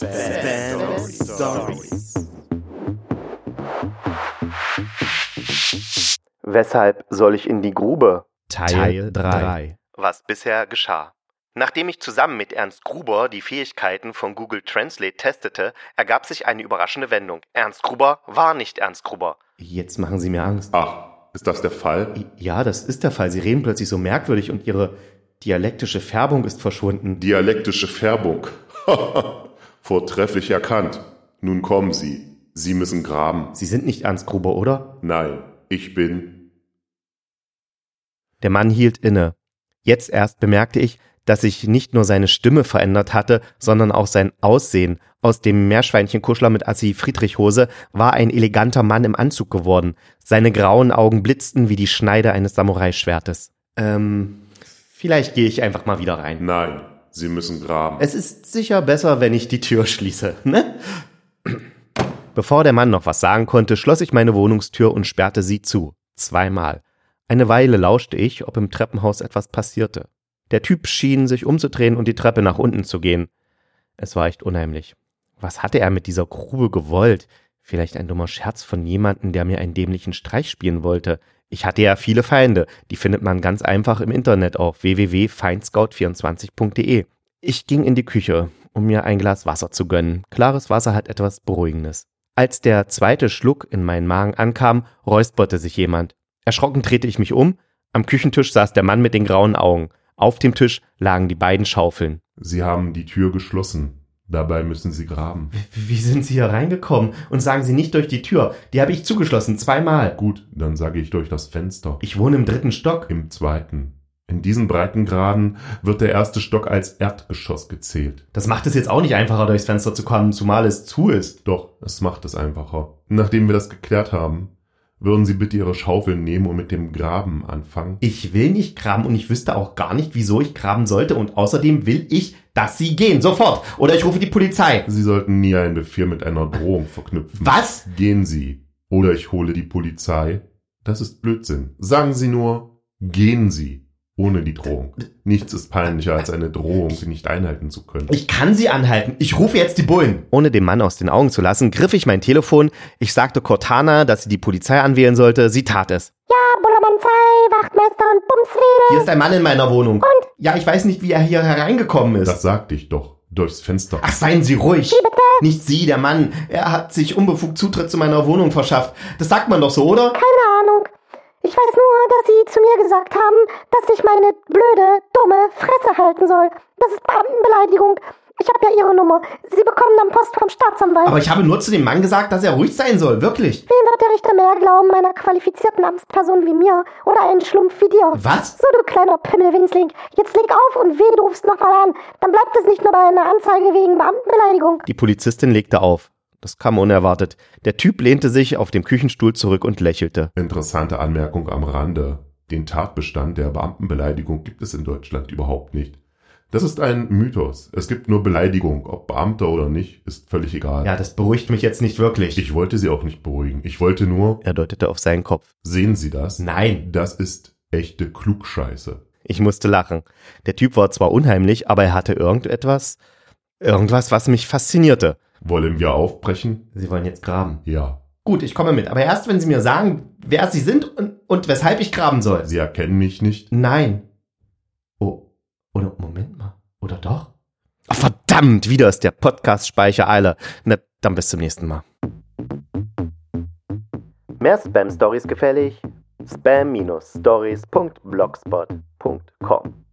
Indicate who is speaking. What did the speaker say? Speaker 1: Bad Stories.
Speaker 2: Weshalb soll ich in die Grube?
Speaker 3: Teil 3.
Speaker 2: Was bisher geschah. Nachdem ich zusammen mit Ernst Gruber die Fähigkeiten von Google Translate testete, ergab sich eine überraschende Wendung. Ernst Gruber war nicht Ernst Gruber. Jetzt machen Sie mir Angst.
Speaker 4: Ach, Ah, ist das der Fall?
Speaker 3: Ja, das ist der Fall. Sie reden plötzlich so merkwürdig und ihre dialektische Färbung ist verschwunden.
Speaker 4: Dialektische Färbung. Vortrefflich erkannt. Nun kommen Sie. Sie müssen graben.
Speaker 3: Sie sind nicht Ernst Gruber, oder?
Speaker 4: Nein, ich bin.
Speaker 3: Der Mann hielt inne. Jetzt erst bemerkte ich, dass sich nicht nur seine Stimme verändert hatte, sondern auch sein Aussehen. Aus dem Meerschweinchenkuschler mit Assi Friedrich Hose war ein eleganter Mann im Anzug geworden. Seine grauen Augen blitzten wie die Schneide eines Samurai-Schwertes. Ähm, vielleicht gehe ich einfach mal wieder rein.
Speaker 4: Nein, Sie müssen graben.
Speaker 3: Es ist sicher besser, wenn ich die Tür schließe, ne? Bevor der Mann noch was sagen konnte, schloss ich meine Wohnungstür und sperrte sie zu. Zweimal. Eine Weile lauschte ich, ob im Treppenhaus etwas passierte. Der Typ schien sich umzudrehen und die Treppe nach unten zu gehen. Es war echt unheimlich. Was hatte er mit dieser Grube gewollt? Vielleicht ein dummer Scherz von jemandem, der mir einen dämlichen Streich spielen wollte. Ich hatte ja viele Feinde. Die findet man ganz einfach im Internet auf www.feindscout24.de. Ich ging in die Küche, um mir ein Glas Wasser zu gönnen. Klares Wasser hat etwas Beruhigendes. Als der zweite Schluck in meinen Magen ankam, räusperte sich jemand. Erschrocken drehte ich mich um. Am Küchentisch saß der Mann mit den grauen Augen. Auf dem Tisch lagen die beiden Schaufeln.
Speaker 4: Sie haben die Tür geschlossen. Dabei müssen Sie graben.
Speaker 3: Wie sind Sie hier reingekommen? Und sagen Sie nicht durch die Tür. Die habe ich zugeschlossen, zweimal.
Speaker 4: Gut, dann sage ich durch das Fenster.
Speaker 3: Ich wohne im dritten Stock.
Speaker 4: Im zweiten. In diesen Breitengraden wird der erste Stock als Erdgeschoss gezählt.
Speaker 3: Das macht es jetzt auch nicht einfacher, durchs Fenster zu kommen, zumal es zu ist.
Speaker 4: Doch, es macht es einfacher. Nachdem wir das geklärt haben, würden Sie bitte Ihre Schaufel nehmen und mit dem Graben anfangen?
Speaker 3: Ich will nicht graben und ich wüsste auch gar nicht, wieso ich graben sollte. Und außerdem will ich, dass Sie gehen. Sofort. Oder ich rufe die Polizei.
Speaker 4: Sie sollten nie einen Befehl mit einer Drohung verknüpfen.
Speaker 3: Was?
Speaker 4: Gehen Sie. Oder ich hole die Polizei. Das ist Blödsinn. Sagen Sie nur, gehen Sie. Ohne die Drohung. Nichts ist peinlicher als eine Drohung, sie nicht einhalten zu können.
Speaker 3: Ich kann Sie anhalten. Ich rufe jetzt die Bullen. Ohne den Mann aus den Augen zu lassen, griff ich mein Telefon. Ich sagte Cortana, dass sie die Polizei anwählen sollte. Sie tat es.
Speaker 5: Ja, Bullermann 2, Wachtmeister und Bumsrede.
Speaker 3: Hier ist ein Mann in meiner Wohnung. Und? Ja, ich weiß nicht, wie er hier hereingekommen ist.
Speaker 4: Das sagte ich doch. Durchs Fenster.
Speaker 3: Ach, seien Sie ruhig. Nicht Sie, der Mann. Er hat sich unbefugt Zutritt zu meiner Wohnung verschafft. Das sagt man doch so, oder?
Speaker 5: Keine Ahnung. Ich weiß nur, dass sie zu mir gesagt haben, dass ich meine blöde, dumme Fresse halten soll. Das ist Beamtenbeleidigung. Ich habe ja ihre Nummer. Sie bekommen dann Post vom Staatsanwalt.
Speaker 3: Aber ich habe nur zu dem Mann gesagt, dass er ruhig sein soll. Wirklich.
Speaker 5: Wem wird der Richter mehr glauben, einer qualifizierten Amtsperson wie mir oder einen Schlumpf wie dir?
Speaker 3: Was?
Speaker 5: So, du kleiner Pimmelwinzling. Jetzt leg auf und wehe, du rufst nochmal an. Dann bleibt es nicht nur bei einer Anzeige wegen Beamtenbeleidigung.
Speaker 3: Die Polizistin legte auf. Das kam unerwartet. Der Typ lehnte sich auf dem Küchenstuhl zurück und lächelte.
Speaker 4: Interessante Anmerkung am Rande. Den Tatbestand der Beamtenbeleidigung gibt es in Deutschland überhaupt nicht. Das ist ein Mythos. Es gibt nur Beleidigung. Ob Beamter oder nicht, ist völlig egal.
Speaker 3: Ja, das beruhigt mich jetzt nicht wirklich.
Speaker 4: Ich wollte sie auch nicht beruhigen. Ich wollte nur.
Speaker 3: er deutete auf seinen Kopf.
Speaker 4: Sehen Sie das?
Speaker 3: Nein.
Speaker 4: Das ist echte Klugscheiße.
Speaker 3: Ich musste lachen. Der Typ war zwar unheimlich, aber er hatte irgendetwas, irgendwas, was mich faszinierte.
Speaker 4: Wollen wir aufbrechen?
Speaker 3: Sie wollen jetzt graben.
Speaker 4: Ja.
Speaker 3: Gut, ich komme mit, aber erst wenn Sie mir sagen, wer Sie sind und, und weshalb ich graben soll.
Speaker 4: Sie erkennen mich nicht?
Speaker 3: Nein. Oh, oder Moment mal. Oder doch? Ach, verdammt, wieder ist der Podcast-Speicher Eile. Na, dann bis zum nächsten Mal.
Speaker 2: Mehr Spam-Stories gefällig? spam-stories.blogspot.com